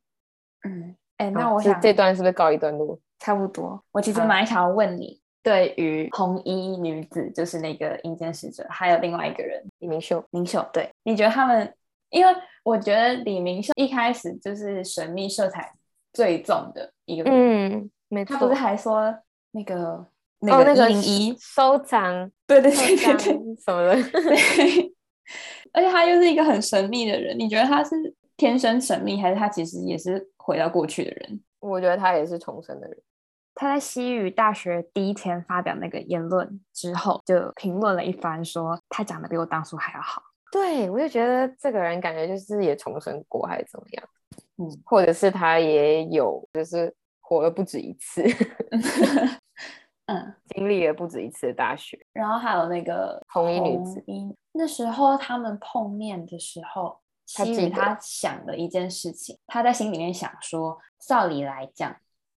C: 嗯，哎，
B: 好
C: 那我
B: 这
C: 想
B: 这段是不是告一段落？
C: 差不多。我其实
B: 好
C: 蛮想要问你，对于红衣女子，就是那个阴间使者，还有另外一个人
B: 李明秀，
C: 林秀，对，你觉得他们？因为我觉得李明秀一开始就是神秘色彩最重的一个人，
B: 嗯，没错，
C: 他不是还说那个
B: 哦那
C: 个
B: 个
C: 一零一，
B: 收藏
C: 对对
B: 收
C: 对对对
B: 藏什么的，
C: 对， 而且他又是一个很神秘的人，你觉得他是天生神秘，还是他其实也是回到过去的人？
B: 我觉得他也是重生的人。
C: 他在西语大学第一天发表那个言论之后，就评论了一番说，他讲的比我当初还要好。
B: 对，我就觉得这个人感觉就是也重生过还是怎么样，
C: 嗯，
B: 或者是他也有就是活了不止一次，
C: 嗯，
B: 经历了不止一次的大雪。
C: 然后还有那个
B: 红衣女子
C: 红衣，那时候他们碰面的时候，
B: 他
C: 西
B: 记
C: 语
B: 得
C: 他想了一件事情，他在心里面想说，照理来讲，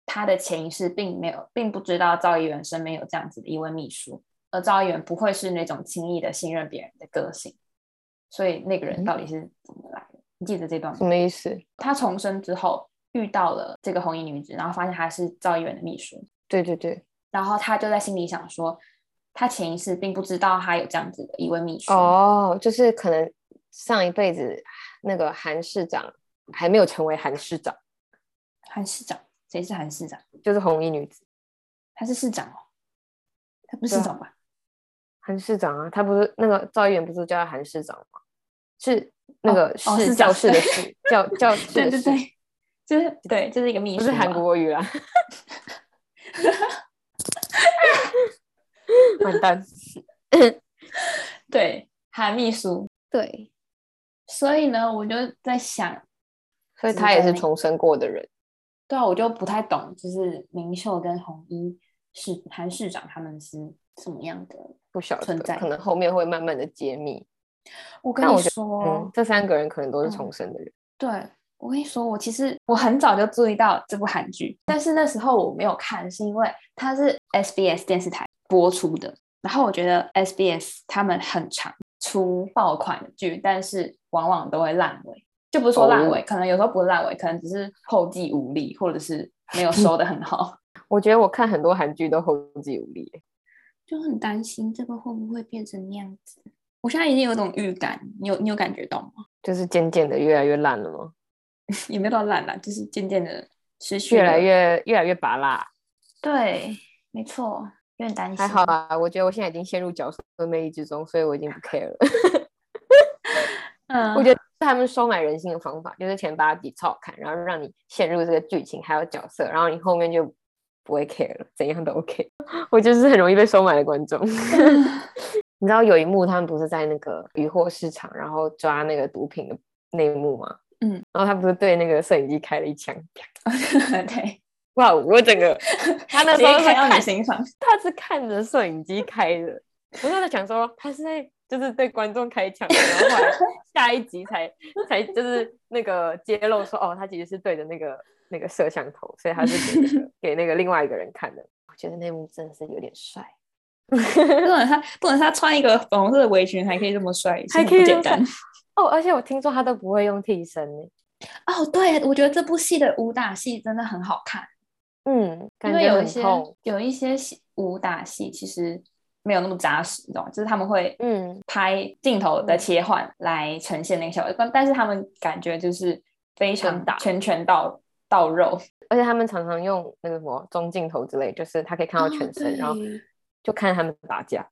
C: 他的潜意识并没有，并不知道赵议员身边有这样子的一位秘书，而赵议员不会是那种轻易的信任别人的个性，所以那个人
B: 嗯
C: 到底是怎么来的？你记得这段吗
B: 什？么意思？
C: 他重生之后遇到了这个红衣女子，然后发现她是赵议员的秘书，
B: 对对对，
C: 然后他就在心里想说，他潜意识并不知道他有这样子的一位秘书。，
B: 哦，就是可能上一辈子那个韩市长还没有成为韩市长，
C: 韩市长，谁是韩市长？
B: 就是红衣女子
C: 他是市长哦，他不是
B: 对啊
C: 市长吧？
B: 韩市长啊，他不是那个赵议员不是叫他韩市长吗？是那
C: 哦
B: 个
C: 哦
B: 是
C: 市
B: 教
C: 长
B: 室的室， 教教室
C: 对对
B: 的室，
C: 对， 就是对，就是一个秘书嘛，
B: 不是韩国语 啊啦。完蛋，
C: 对韩秘书。
B: 对，
C: 所以呢，我就在想，
B: 所以
C: 只
B: 他也
C: 在
B: 是
C: 那
B: 重生过的人。
C: 对啊，我就不太懂，就是明秀跟红衣市韩市长他们是什么样的？
B: 不晓
C: 存
B: 得，
C: 在
B: 可能后面会慢慢的揭秘。
C: 我跟
B: 但
C: 你
B: 我觉
C: 说，
B: 嗯，这三个人可能都是
C: 哦嗯
B: 重生的人。
C: 对，我跟你说，我其实我很早就注意到这部韩剧，但是那时候我没有看，是因为它是 SBS 电视台播出的。然后我觉得 SBS 他们很常出爆款的剧，但是往往都会烂尾，就不是说烂尾，可能有时候不是烂尾，可能只是后继无力，或者是没有收的很好，
B: 我觉得我看很多韩剧都后继无力。
C: 就很担心这个会不会变成那样子。我现在已经有种预感，你有你有感觉到吗？
B: 就是渐渐的越来越烂了吗？
C: 也没有到烂啦，就是渐渐的失去
B: 越来
C: 了
B: 越越来越拔辣，
C: 对，没错，有点担心。
B: 还好啊啦，我觉得我现在已经陷入角色魅力之中，所以我已经不 care 了。
C: 嗯，
B: 我觉得是他们收买人心的方法，就是前八集超好看，然后让你陷入这个剧情还有角色，然后你后面就不会 care 了，怎样都 OK。我 就是很容易被收买的观 众。 你知道有一幕他们不是在那个渔货市场，然后抓那个毒品的那一幕吗？
C: 嗯，
B: 然后他不是对那个摄影机开了一枪，
C: 得 对，
B: 哇，我整 个他那
C: 直
B: 时候
C: 接
B: 是
C: 开到
B: 看
C: 你心 上。
B: 他是看着摄影机开的，我就在想说他是在就是对观众开枪的，然后后 来下一集才才就是那个揭露说哦，他其实是对着那个那个摄像头，所以他是给那个给那个另外一个人看的。 我觉得那幕真的是有点帅，
C: 不能他不能他穿一个粉红色的围裙还可以这么帅，
B: 还
C: 是很
B: 可以
C: 不
B: 这
C: 简
B: 么
C: 单。
B: 哦，而且我听说他都不会用替身呢。
C: 哦，对，我觉得这部戏的武打戏真的很好看，
B: 嗯，感
C: 因为
B: 觉
C: 有一
B: 很
C: 些
B: 痛。
C: 有一些戏武打戏其实没有那么扎实，你懂吗？就是他们会
B: 嗯，
C: 拍镜头的切换来呈现那个效果，但但是他们感觉就是非常
B: 真打
C: 拳拳到到肉，
B: 而且他们常常用那个什么中镜头之类，就是他可以看到
A: 哦
B: 全身，
A: 对
B: 然后就看他们打架。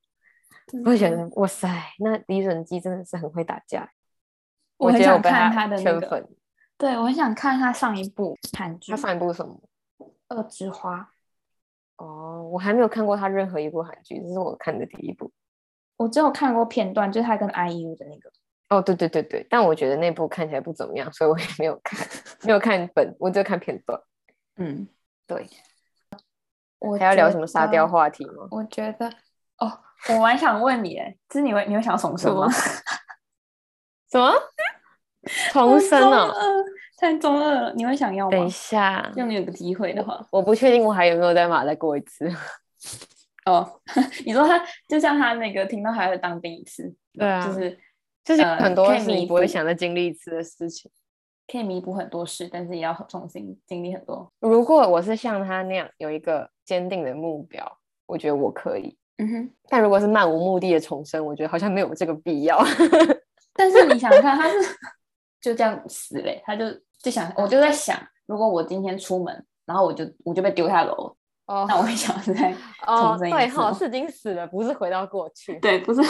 A: 真
B: 我就觉
A: 的
B: 得哇塞，那李准基真的是很会打架，
C: 我很
B: 觉得
C: 想
B: 我被
C: 看他的那
B: 圈
C: 个嗯
B: 粉。
C: 对，我很想看他上一部韩剧
B: 他
C: 《
B: 上一部什么？
C: 恶之花》，
B: 哦，我还没有看过他任何一部韩剧，这是我看的第一部。
C: 我只有看过片段，就是他跟 IU 的那个。
B: 哦，对对对对，但我觉得那部看起来不怎么样，所以我也没有 看，没有看本，我就看片段。
C: 嗯，对。我
B: 还要聊
C: 觉
B: 什么沙雕
C: 得？
B: 话题吗？
C: 我觉得哦，我蛮想问你，哎，就是你会你会想要重生吗？
B: 什么？重生哦？
C: 哦，太中二了，你会想要
B: 等
C: 吗
B: 一？下，
C: 就你有个机会的话，
B: 我不确定我还有没有再马再过一次。
C: 呃哦， 你说他就像他那个听到还会当兵一次，
B: 对啊
C: 就是
B: 就是有
C: 呃
B: 很多
C: 可以
B: 是你
C: 弥
B: 不会
C: 补
B: 想再经历一次的事情。
C: 可以弥补很多事，但是也要重新经历很多。
B: 如果我是像他那样有一个坚定的目标，我觉得我可以。
C: 嗯哼，
B: 但如果是漫无目的的重生，我觉得好像没有这个必要。
C: 但是你想看，他是就这样死嘞、他就就想，我就在想，如果我今天出门，然后我就我就被丢下楼，
B: 哦
C: 那我会想要在
B: 哦，
C: 重生一
B: 对
C: 次
B: 哈，
C: 吗
B: 是已经死了，不是回到过去。
C: 对，不是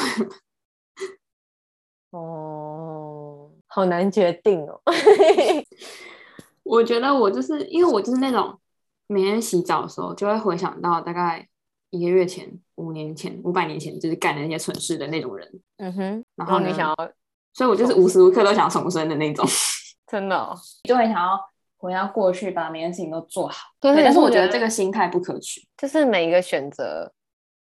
B: 哦，好难决定哦。
D: 我觉得我就是因为我就是那种每天洗澡的时候就会回想到大概一个月前、五年前、五百年前就是干的那些蠢事的那种人，
B: 嗯哼，
D: 然
C: 哦
B: 然
D: 后
B: 后
D: 呢
B: 你想要
D: 所以我就是
B: 重
D: 无时无刻都想重生的那种。
B: 真的、哦，
C: 就会想要回到过去，把每件事情都做好。
B: 可
D: 对，但是我觉得
B: 这
D: 这个心态不可取。
B: 就是每一个选择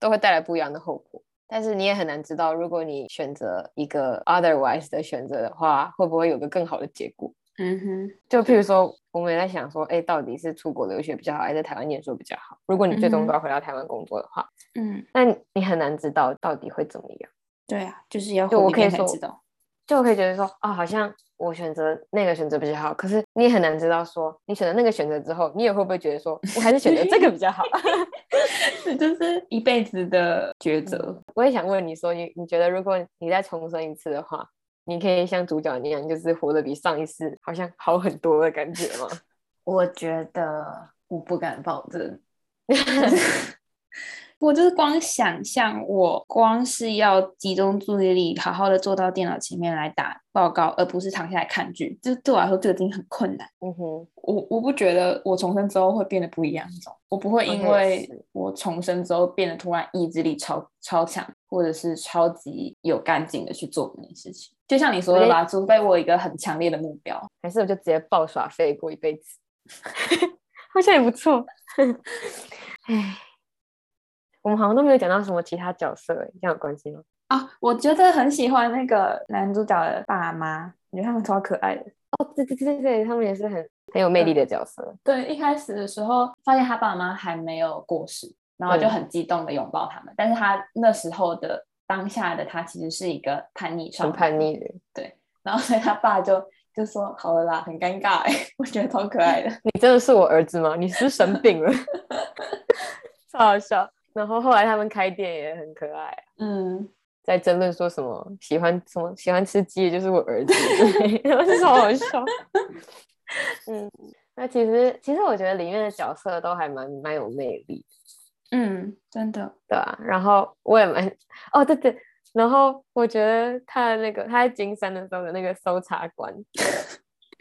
B: 都会带来不一样的后果，但是你也很难知道，如果你选择一个 otherwise 的选择的话，会不会有个更好的结果？
D: 嗯哼，
B: 就譬如说，我们也在想说，哎，到底是出国留学比较好，还是在台湾念书比较好？如果你最终
C: 嗯
B: 都要回到台湾工作的话，
C: 嗯，
B: 那你很难知道到底会怎么样。
C: 对啊，就是要
B: 就
C: 活
B: 我
C: 一
B: 可以
C: 遍才
B: 说
C: 知道。
B: 就我可以觉得说，啊、好像我选择那个选择比较好，可是你也很难知道说，你选择那个选择之后，你也会不会觉得说，我还是选择这个比较好？啊
C: 这就是一辈子的抉择。
B: 我也想问你说，你你觉得如果你再重生一次的话，你可以像主角那样，就是活得比上一世好像好很多的感觉吗？
C: 我觉得我不敢保证，我就是光想象，我光是要集中注意力，好好的坐到电脑前面来打报告，而不是躺下来看剧，就对我来说，这个已经很困难。
B: 嗯哼，
C: 我我不觉得我重生之后会变得不一样那种，我不会因
B: 我也
C: 为
B: 是
C: 我重生之后变得突然意志力超超强，或者是超级有干劲的去做那件事情。就像你说的吧，除非我有一个很强烈的目标，
B: 还是我就直接暴耍废过一辈子， 好像也不错。 哎，我们好像都没有讲到什么其他角色，哎这样有关系吗？
D: 啊，
C: 哦我
D: 我
C: 觉得很喜欢那个男主角的爸妈，我觉得他们超可爱的。
B: 哦，对对对对，他们也是很嗯很有魅力的角色。
C: 对，一开始的时候发现他爸妈还没有过世，然后就
B: 嗯
C: 很激动的拥抱他们，但是他那时候的当下的他其实是一个叛逆少
B: 很
C: 年，
B: 叛逆的，
C: 然后所以他爸就就说好了啦，很尴尬哎、 我觉得超可爱的。
B: 你真的是我儿子吗？你是不是生病了， 超好笑。然后后来他们开店也很可爱，
C: 嗯，
B: 在争论说什么喜欢什么喜欢吃鸡的就是我儿子， 然后超好笑。嗯，那其实其实我觉得里面的角色都还蛮蛮有魅力，
C: 嗯，真的，
B: 对吧、然后我也蛮哦对对，然后我觉得他的那个他在金山的时候的那个搜查官，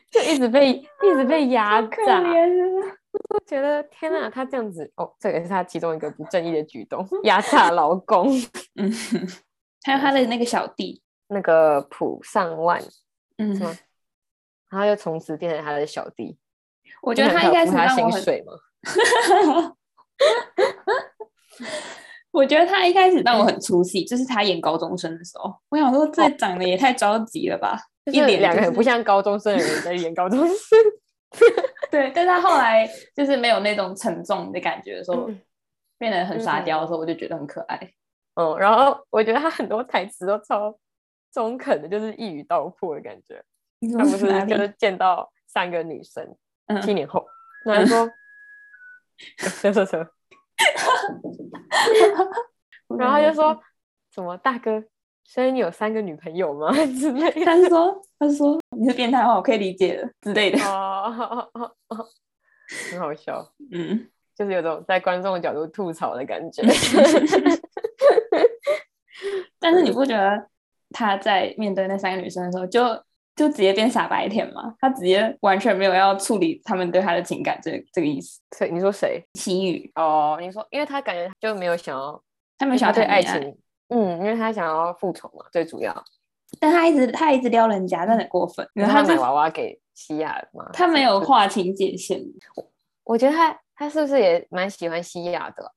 B: 就一直被一直被压榨，
C: 怜。啊
B: 我觉得天哪，他这样子哦，这也是他其中一个不正义的举动， 压榨劳工。
C: 嗯， 还有他的那个小弟，
B: 那个浦上万，
C: 嗯
B: 是吗然后又从此变成他的小弟。
C: 我
B: 我
C: 觉得他一开始让我
B: 薪
C: 很，
B: 水嘛，
C: 我觉得他一开始让我很出戏，就是他演高中生的时候，我想说这长得也太着急了吧，
B: 哦就
C: 一
B: 是
C: 脸
B: 两个
C: 就
B: 很
C: 是
B: 不像高中生的人在演高中生。
C: 对，但他后来就是没有那种沉重的感觉的时候，
B: 嗯
C: 变得很沙
B: 嗯
C: 雕的时候，我就觉得很可爱。
B: 嗯，然后我觉得他很多台词都超中肯的，就是一语道破的感觉。
C: 你
B: 他不 是就是见到三个女生，
C: 嗯嗯
B: 七年后，那 他说 车车车，然后他就说什么大哥，所以你有三个女朋友吗 之类的。
C: 他是说，他是说你是变态话，我可以理解的之类的。
B: 哦， 哦哦哦很好笑，
C: 嗯，
B: 就是有种在观众的角度吐槽的感 觉。
C: 但是你不觉得他在面对那三个女生的时候就，就直接变傻白甜吗？他直接完全没有要处理他们对他的情感这这个意思。
B: 所以你说谁？
C: 奇遇，
B: 哦，你说，因为他感觉就没有想要，
C: 他没有想
B: 他
C: 要
B: 对
C: 谈
B: 爱
C: 恋爱，
B: 情，嗯，因为他想要复仇嘛，最主要。
C: 但他一直他一直撩人家，真的很过分。
B: 然
C: 然
B: 后
C: 后
B: 他买
C: 就
B: 娃娃给西亚嘛，
C: 他没有划清界限。
B: 我觉得他他是不是也蛮喜欢西亚的？啊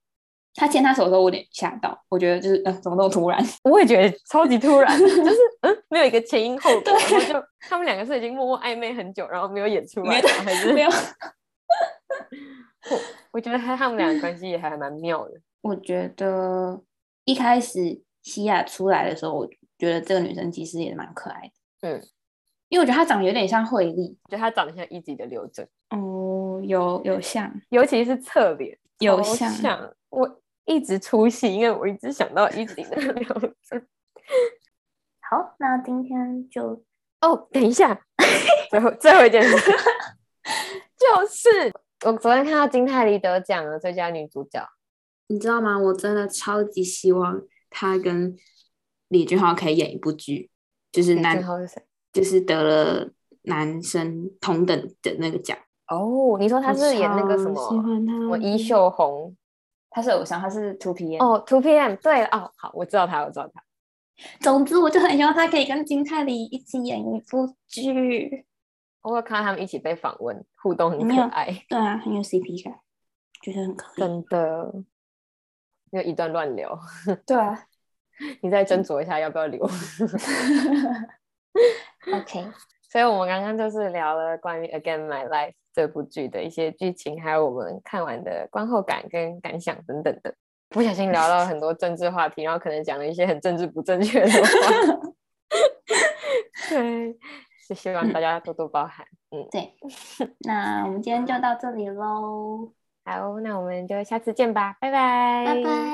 C: 他牵他手的时候，我有点吓到，我觉得就是呃，怎么那么 突然？
B: 我也觉得超级 突然，就是嗯，没有一个前因后果，然后就他们两个是已经默默暧昧很久，然后没有演出
C: 没
B: 来
C: 有
B: 吗，还是
C: 没有，
B: 我觉得他他们俩的关系也还蛮妙的。
C: 我觉得一开始西亚出来的时候，我觉得这个女生其实也蛮可爱的。
B: 嗯，
C: 因为我觉得她长得有点像惠利。
B: 就他长得像一级的刘真，
C: 哦，有有像
B: 尤其是侧脸，
C: 有
B: 超
C: 像
B: 像。我一直出戏，因为我一直想到一级的 刘真。
C: 好，那今天就
B: 哦，等一下， 最后最后一件事 就是我昨天看到金泰梨得奖了最佳女主角。
D: 你知道吗？我真的超级希望他跟李俊浩可以演一部剧，就是
B: 李
D: 男
B: 俊，浩是谁？
D: 就是得了男生同等的那个奖。
B: 哦，你说他是演那个什
D: 我超喜
B: 么
D: 欢他，
B: 什么衣袖红？
C: 她是偶像，她是 Two P 哦，
B: 哦，Two PM，对哦，好，我知道他，我知道他。
C: 总之我就很希望她可以跟金泰梨一起演一部剧。
B: 我有看到他们一起被访问，互动很
C: 没
B: 可
C: 有
B: 爱，
C: 对啊，很有 CP 感，觉得很可以。
B: 真 的。就一段乱流，
C: 对啊
B: 你再斟酌一下要不要留。
C: ，OK，
B: 所以我们刚刚就是聊了关于《Again My Life》这部剧的一些剧情，还有我们看完的观后感跟感想等等的。不小心聊到很多政治话题，然后可能讲了一些很政治不正确的话。 对，是希望大家多多包涵。嗯，
C: 对， 那我们今天就到这里喽，
B: 好，那我们就下次见吧，拜拜，
C: 拜拜。